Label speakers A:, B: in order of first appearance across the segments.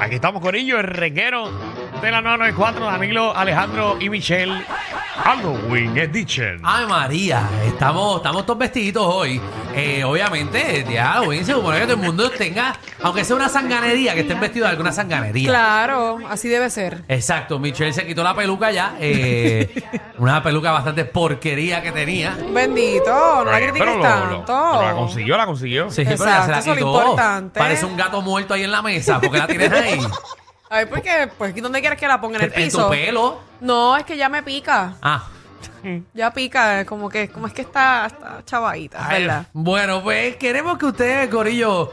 A: Aquí estamos con ellos, el reguero de la 994, Danilo, Alejandro y Michelle. Halloween Edition.
B: Ay María, estamos, estamos todos vestiditos hoy. Eh, obviamente, el día de Halloween se supone que todo el mundo tenga, aunque sea una sanganería, que estén vestidos de alguna sanganería.
C: Claro, así debe ser.
B: Exacto, Michelle se quitó la peluca ya, eh, una peluca bastante porquería que tenía.
C: Bendito, no la critiques
A: Pero lo- lo-
C: tanto.
A: pero la consiguió, la consiguió.
B: Sí, pero ya
C: Exacto,
B: se la
C: eso es lo
B: quitó.
C: importante.
B: Parece un gato muerto ahí en la mesa, porque la tienes ahí.
C: A ver, porque, pues, ¿dónde quieres que la ponga? En el
B: en tu
C: piso.
B: pelo.
C: No, es que ya me pica.
B: Ah.
C: Ya pica, eh, como que, como es que está, está chavadita,
B: Ay,
C: ¿verdad?
B: Bueno, pues queremos que ustedes, Corillo,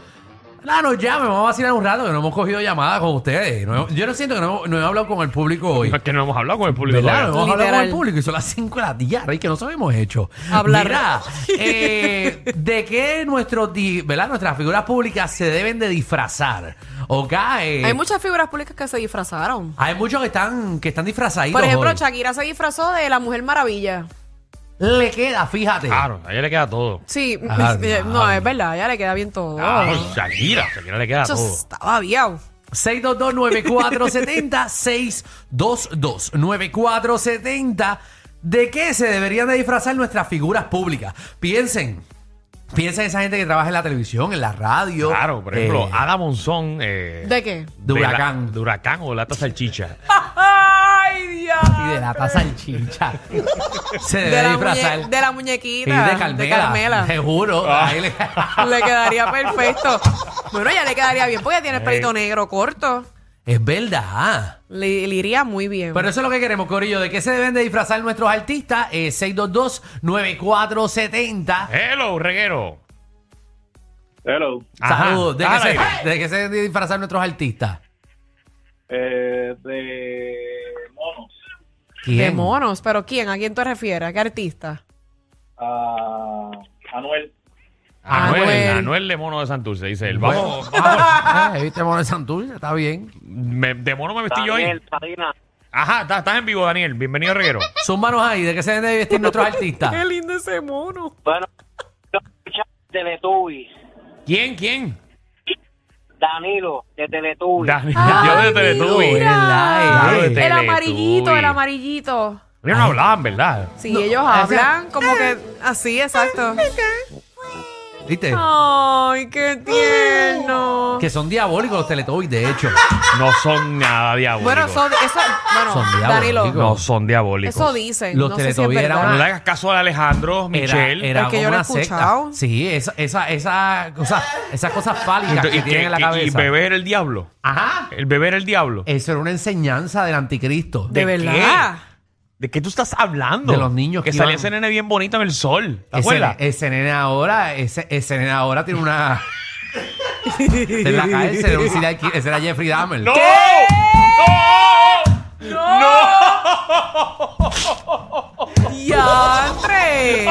B: la nos llamen. Vamos a vacilar un rato que no hemos cogido llamadas con ustedes. No hemos- yo no siento que no, no he hablado con el público hoy.
A: No, es que no hemos hablado con el público.
B: ¿Verdad?
A: todavía.
B: No hemos hablado con el
C: Literal.
B: público y son las 5 de la tarde y que no sabemos hecho.
C: Hablar.
B: Mira, eh, ¿de qué nuestros, di- ¿verdad? nuestras figuras públicas se deben de disfrazar? ¿Ok? eh,
C: Hay muchas figuras públicas que se disfrazaron.
B: hay muchos que están, que están disfrazaditos.
C: Por ejemplo,
B: hoy.
C: Shakira se disfrazó de la Mujer Maravilla.
B: Le queda, fíjate.
A: Claro, a ella le queda todo.
C: Sí,
B: Ah,
C: eh, no,
B: diablo.
C: es verdad, ya le queda bien todo.
A: Ah, Shakira, Shakira le queda
C: Eso
A: todo.
C: estaba aviado.
B: 622-9470, 622-9470. ¿De qué se deberían de disfrazar nuestras figuras públicas? Piensen, piensen en esa gente que trabaja en la televisión, en la radio.
A: Claro, por ejemplo,
B: eh,
A: Ada Monzón. eh,
C: ah, ¿De qué?
B: de
A: la-
B: huracán.
A: de huracán o lata salchicha.
C: ¡Ay, Dios!
B: y de la taza salchicha. se
C: De,
B: debe
C: la
B: disfrazar.
C: muñe- de la
B: Y
C: muñequita.
B: de Carmela.
C: De Carmela. Ah.
B: Te juro. ahí le-
C: Le quedaría perfecto. Bueno, ya le quedaría bien porque ya tiene el pelito negro corto.
B: es verdad.
C: Le, le iría muy bien.
B: Pero eso es lo que queremos, Corillo. ¿De qué se deben de disfrazar nuestros artistas? Eh, 622-9470.
A: Hello, reguero.
D: Hello.
A: Ajá,
B: Saludos. ¿De,
A: al
B: qué
A: aire.
B: se, ¿De qué se deben de disfrazar nuestros artistas?
D: Eh, de monos
B: ¿Quién?
C: De monos. ¿Pero quién? ¿A quién te refieres? ¿A qué artista?
D: a Anuel.
B: Ah,
A: Anuel, Anuel.
C: Anuel.
A: de mono de Santurce, dice él.
B: Bueno,
A: Vamos,
B: ah, ¿Viste mono de Santurce? Está bien.
A: me- de mono me vestí yo hoy. Ajá, estás estás en vivo, Daniel. Bienvenido, reguero.
B: Sus manos ahí. ¿De qué se deben de vestir nuestros artistas?
C: lindo ese mono.
E: Bueno, yo escucho de Teletubby,
A: ¿Quién, quién?
E: Danilo de Teletubby.
A: Daniel,
B: Ah,
C: Ay,
A: yo de Teletubby.
C: mira.
B: Ay,
A: Claro, de
C: El
A: Teletubby.
C: amarillito, el amarillito.
A: Ellos no hablaban, ¿verdad?
C: Sí, ellos hablan como que así, exacto.
B: ¿Viste?
C: Ay, qué tierno.
B: Que son diabólicos los Teletubbies, de hecho.
A: No son nada diabólicos.
C: Bueno, son, eso, bueno,
B: Son diabólicos.
C: Danilo,
A: No son diabólicos.
C: eso dicen.
B: Los
C: no sé si es
B: Teletubbies eran
C: verdad.
A: No le
B: una-
A: hagas caso a Alejandro, Michelle.
B: Era, era
C: Porque yo
B: una
C: lo he
B: secta.
C: escuchado.
B: Sí, esa, esa, esa cosa, esas cosas fálicas
A: Entonces,
B: que
A: y,
B: tienen
A: que-
B: en la
A: que- y
B: cabeza. Eh,
A: beber el diablo.
B: Ajá.
A: El beber el diablo.
B: Eso era una enseñanza del anticristo.
C: De,
A: ¿De qué?
C: verdad.
A: ¿De qué tú estás hablando?
B: De los niños
A: que
B: que
A: salía
B: iban-
A: ese nene bien bonito en el sol. ¿Te
B: Ese- eh,
A: acuerdas?
B: Ese nene ahora, ese, ese nene ahora tiene una. en la cárcel, era un serial killer. ese era Jeffrey Dahmer.
A: ¡No!
C: ¡Diantre!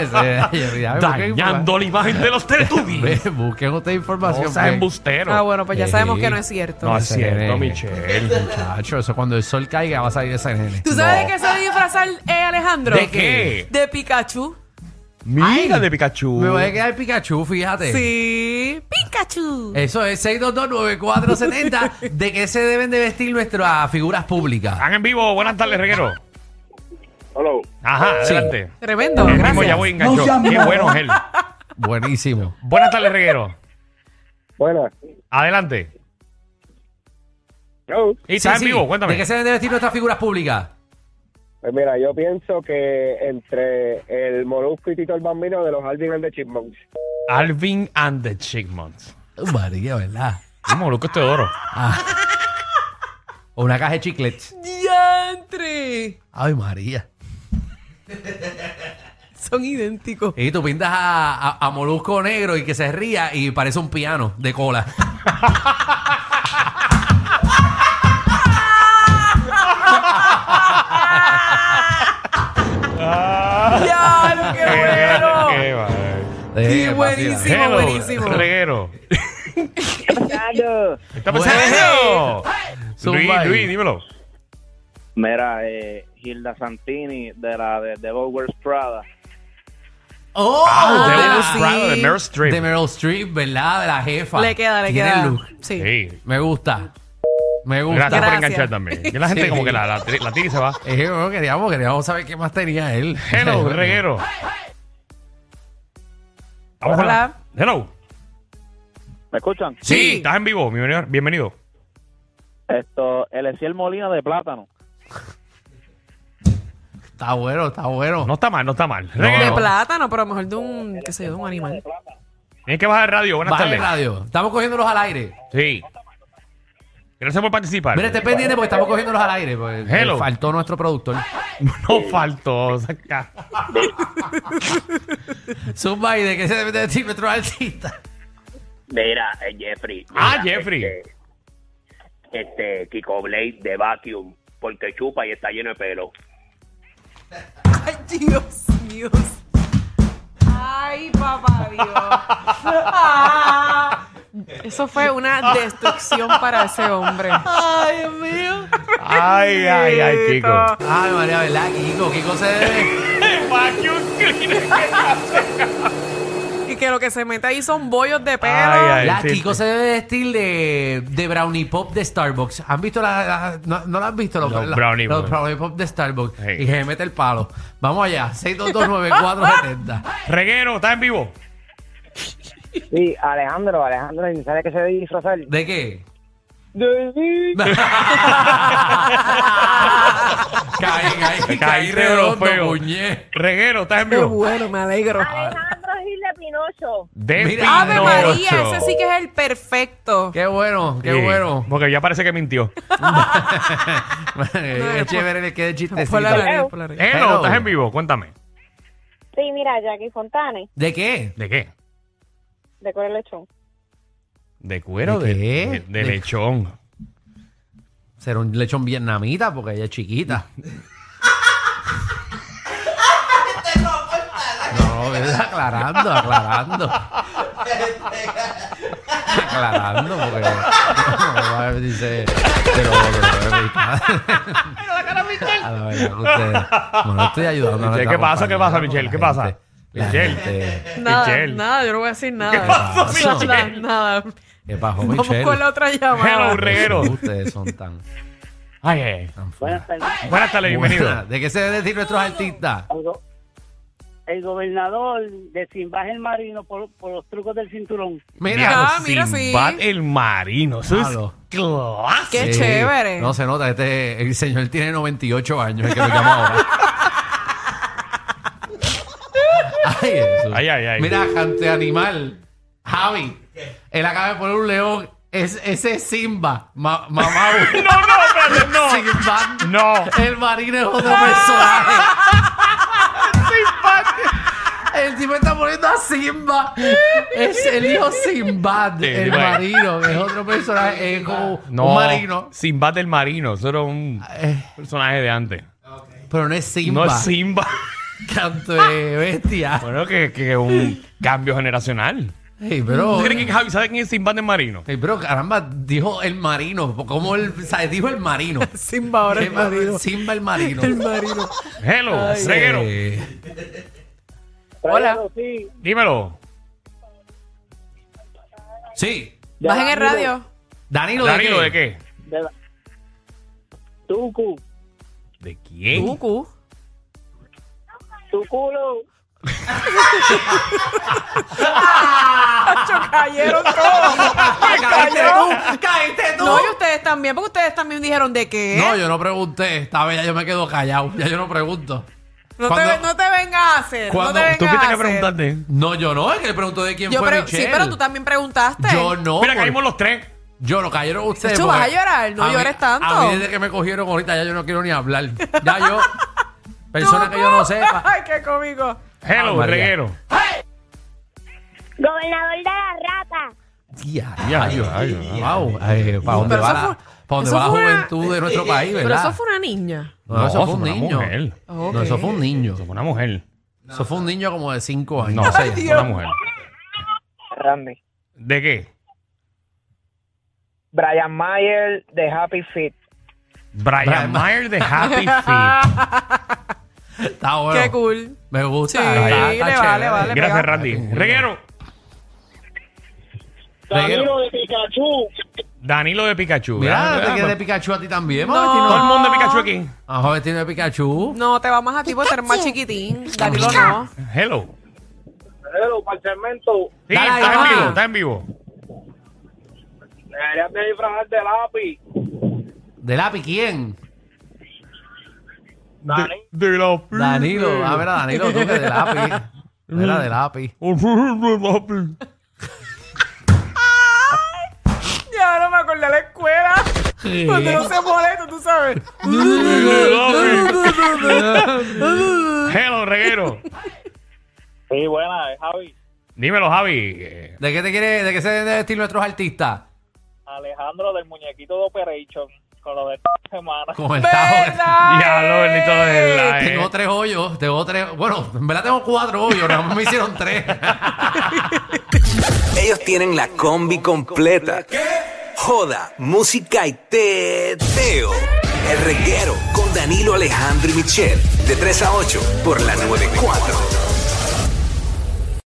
B: Ese era Jeffrey Dahmer.
A: ¡No! Dañando la imagen de los Teletubbies.
B: Busquen, busquen otra información.
A: no seas
B: ve.
A: embustero.
C: Ah, bueno, pues ya sabemos
B: Sí.
C: que no es cierto.
A: No es
B: Ese
A: cierto,
B: nene.
A: Michelle.
B: Muchacho, eso cuando el sol caiga va a salir ese nene.
C: ¿Tú sabes de qué se disfrazar eh, Alejandro?
A: ¿De qué?
C: De Pikachu.
A: Mira de Pikachu.
B: Me voy a quedar Pikachu, fíjate.
C: Sí. Pikachu.
B: Eso es 6229470. ¿De qué se deben de vestir nuestras figuras públicas?
A: Están en vivo. Buenas tardes, reguero.
D: Hello.
A: Ajá,
B: Sí.
A: adelante.
C: Tremendo.
A: El mismo
C: gracias.
A: ya voy enganchó. qué bueno es él.
B: Buenísimo.
A: Buenas tardes, reguero.
D: Buenas.
A: Adelante.
F: Yo,
A: Y estás en vivo, cuéntame.
B: ¿De qué se deben de vestir nuestras figuras públicas?
F: pues mira, yo pienso que entre el Molusco y Tito el Bambino de los Alvin and the Chipmunks.
A: Alvin and the Chipmunks. este
B: María, ¿verdad?
A: Vamos, Lucas Teodoro.
B: O una caja de chiclets.
C: ¡Diantre!
B: Ay, María.
C: Son idénticos.
B: Y tú pintas a, a- a Molusco negro y que se ría y parece un piano de cola.
C: ¡Ya, lo
A: Eh,
C: que bueno!
A: Qué mal.
B: Eh,
C: Sí, buenísimo.
A: Hello,
C: buenísimo.
A: Reguero. ¿Está
B: Bueno.
A: pensando? Luis,
B: Zumba ahí.
A: Luis, dímelo.
D: Mira, eh, Hilda Santini de la de Devil Wears Prada.
B: ¡Oh!
C: Ah,
A: Devil
C: de-
A: Wears Prada de
C: sí.
A: Meryl Streep.
B: De Meryl Streep, ¿verdad? De la jefa.
C: Le queda, le
B: Tiene
C: queda.
B: el look.
C: Sí.
A: Sí.
B: Me gusta. Me gusta.
A: Gracias, por
C: Gracias.
A: enganchar también. Que la gente
B: Sí.
A: como que la, la, tri- la tira y se va.
B: Eh, bueno, queríamos, queríamos saber qué más tenía él.
A: Hello, reguero. Vamos con la-
C: Hola.
A: Hello.
D: ¿Me escuchan?
B: Sí.
A: Estás en vivo. Bienvenido. bienvenido.
D: Esto, Eleciel Molina de Plátano.
B: Está bueno, está bueno.
A: No está mal, no está mal.
C: De
A: Reguero.
C: plátano, pero a lo mejor de un, qué sé yo, de un animal.
A: Tienes que bajar el radio. Buenas
B: Baja el
A: tardes.
B: radio. Estamos cogiéndolos al aire.
A: Sí. Gracias por participar.
B: Mira, esté pendiente porque estamos cogiéndolos al aire. pues,
A: Hello.
B: Faltó nuestro productor.
A: No faltó. saca.
B: Zumba, ¿y de qué se debe de decir nuestro artista?
E: Mira, eh, Jeffrey.
A: Ah,
E: mira,
A: Jeffrey.
E: Este, este, Kiko Blade de Vacuum. Porque chupa y está lleno de pelo.
C: Ay, Dios mío. Ay, papá Dios. Ah. Eso fue una destrucción para ese hombre.
B: Ay, Dios mío.
A: Ay, ay, ay, Kiko.
B: Ay, María, ¿verdad? Kiko, Kiko se debe.
C: Y que lo que se mete ahí son bollos de pelo.
A: Ay, ay.
B: ¿verdad?
A: sí,
B: Kiko
A: sí.
B: se debe vestir de, de brownie pop de Starbucks. ¿Han visto la, la- no, no la han visto los,
A: Los
B: la-
A: brownie
B: los
A: pop.
B: brownie pop de Starbucks?
A: Sí.
B: Y que se mete el palo. Vamos allá, 6229470.
A: Reguero, ¿estás en vivo?
F: Sí, Alejandro, Alejandro, ¿sabes qué se debe disfrazar?
B: ¿De qué?
F: De
B: Caí, caí, caí
A: de
B: redondo,
A: Orofeo.
B: puñe.
A: Reguero, ¿estás en
C: Qué
A: vivo?
C: bueno, me alegro.
G: Alejandro Gil de Pinocho.
A: De
B: Mira,
C: Ave María, ese sí que es el perfecto.
B: Qué bueno, qué
A: Sí,
B: bueno.
A: Porque ya parece que mintió.
B: Qué chévere le queda el
C: Por
B: chistecito.
C: la
A: Eh,
C: nariz, por la nariz.
A: Hello,
B: Hello.
A: ¿estás en vivo? Cuéntame.
G: Sí, mira, Jackie Fontane,
B: ¿De qué?
A: ¿De qué?
G: de Core Lechón.
A: ¿De cuero?
B: ¿De
A: ¿De,
B: qué?
A: de- de
B: De-
A: lechón.
B: Será un lechón vietnamita porque ella es chiquita. No, es aclarando, aclarando. aclarando, porque. No, no, dice. Pero, pero, pero, mi padre. A la verdad, ustedes. Bueno, estoy ayudando. a
A: Michelle,
B: nuestra
A: ¿qué pasa? ¿Qué
B: compañera,
A: pasa,
B: porque
A: Michelle?
B: la
A: ¿Qué pasa?
B: gente- la
A: Michelle.
B: gente-
C: Nada,
A: Michelle.
C: nada, yo no voy a decir nada.
A: ¿Qué pasó,
C: Nada,
A: Michelle?
C: nada.
B: ¿Qué pasó,
C: Vamos
B: Michelle?
C: con la otra llamada.
A: Hello, re- reguero.
B: Ustedes son tan.
A: Ay, ay.
B: tan
E: Buenas tardes.
A: ay. Buenas tardes, bienvenido.
B: Buena. ¿De qué se deben decir nuestros artistas?
E: El gobernador de Simba el Marino por, por los trucos del cinturón.
B: Mira,
C: Ah, mira, sí.
A: Sinbad el marino. Eso es
B: Claro.
A: clásico.
C: Qué chévere.
B: No se nota, este el señor tiene 98 años, el que me llama ahora. ay, Jesús.
A: Ay, ay, ay.
B: Mira, cante animal. Javi, él acaba de poner un león. Es, ese es Simba, ma- mamá.
A: No, no, espérate, no.
B: Simba.
A: No.
B: El marino es otro personaje. El tipo está poniendo a Simba. Es el hijo Simbad. El
A: bueno.
B: marino es otro personaje. Es como
A: No,
B: un marino.
A: Sinbad el marino. Eso era un
B: Eh,
A: personaje de antes.
B: pero no es Simba.
A: No es Simba.
B: Canto de bestia.
A: Bueno, que, que un cambio generacional.
B: Ey, pero,
A: ¿Tú crees que Javi sabe quién es Sinbad el marino?
B: Ey, pero caramba, dijo el marino. ¿Cómo él? O sea, dijo el marino.
C: Simba ahora el
B: Simba-
C: marido.
B: Simba el marino.
C: El marido.
A: Hello,
B: Sí.
A: reguero.
C: Hola.
D: Sí,
A: Dímelo.
B: Sí.
C: Bajen el radio.
B: Danilo, ¿de
A: Danilo,
B: qué?
A: ¿de qué?
D: de la... Tucu,
A: ¿De quién?
C: Cucu.
D: tu culo.
C: Chacho, cayeron todos.
B: Ah, ¡Caíste tú! ¡Caíste tú!
C: No, y ustedes también, porque ustedes también dijeron de qué.
B: No, yo no pregunté. Esta vez ya yo me quedo callado. Ya yo no pregunto.
C: No,
B: Cuando-
C: te, no te vengas a hacer.
B: Cuando-
C: No te vengas
B: tú
A: ¿Tú fuiste que
C: a hacer.
A: preguntaste?
B: No, yo no. Es que le pregunto de quién
C: Yo
B: fue
C: pre-
B: Michelle.
C: sí, pero tú también preguntaste.
B: Yo no.
A: Mira,
B: porque-
A: caímos los tres.
B: Yo no cayeron ustedes.
C: Chacho,
B: porque
C: vas a llorar, no
B: mí-
C: llores tanto.
B: A mí desde que me cogieron ahorita ya yo no quiero ni hablar. Ya yo. Persona que yo no sepa.
C: Ay, qué cómico.
B: Ah,
A: Hello,
B: María.
A: reguero.
G: Gobernador de la rata.
B: Tía,
A: Ya,
B: ay,
A: ya, ya.
B: wow, eh, ¿Para dónde
C: Pero
B: va
C: eso
B: la,
C: fue-
B: pa' dónde
C: eso
B: va la
C: fue una-
B: juventud de nuestro país,
C: Pero
B: verdad?
C: eso fue una niña.
A: No,
B: No, eso fue un
A: eso fue una
B: niño.
A: mujer.
C: Ok.
B: No, eso fue un niño.
A: Eso fue una mujer.
B: Eso fue un niño como de 5 años.
A: No, eso fue una mujer.
F: Randy.
A: ¿De qué?
F: Brian Mayer de Happy Feet.
A: Brian
B: Brian
A: Mayer de Happy Feet.
B: Está bueno.
C: Qué cool.
B: Me gusta.
C: Sí,
B: está- está
C: le
B: chévere.
C: vale, vale.
A: Gracias,
C: pegado.
A: Randy. Reguero.
B: Reguero.
E: de Pikachu.
A: Danilo de Pikachu.
B: Mira, te
A: Ah,
B: quieres de
A: pa-
B: Pikachu a ti también. Vamos a
A: Todo el
B: vestirnos-
A: mundo de Pikachu aquí.
B: Vamos a vestirnos Ah, de Pikachu.
C: No, te va más a ti por ser más chiquitín. Danilo no.
A: Hello.
D: Hello, para el segmento,
A: Sí,
B: Dale,
A: está en
B: ajá.
A: vivo, está en vivo.
D: deberías de disfrazar de lápiz.
B: ¿De lápiz quién?
D: Dani.
A: De la
B: Danilo. Ah, mira, Danilo, tú que de lápiz. Mira, de lápiz.
C: Ya ahora me acordé de la escuela. Cuando no se molesta, tú sabes.
A: Hello, reguero.
D: Sí, buena, es Javi.
A: Dímelo, Javi. Eh,
B: ¿De qué te quiere, de qué se deben de vestir nuestros artistas?
D: Alejandro del muñequito de Operation, con lo de esta semana.
B: Como el tajo.
C: ¿Verdad?
A: Diablo, bendito de la. eh.
B: Tengo tres hoyos, tengo tres. Bueno, en verdad tengo cuatro hoyos, nada más me hicieron tres.
H: Ellos tienen la combi completa. Joda, música y teo. El reguero con Danilo Alejandro y Michel. De 3 a 8 por la 94.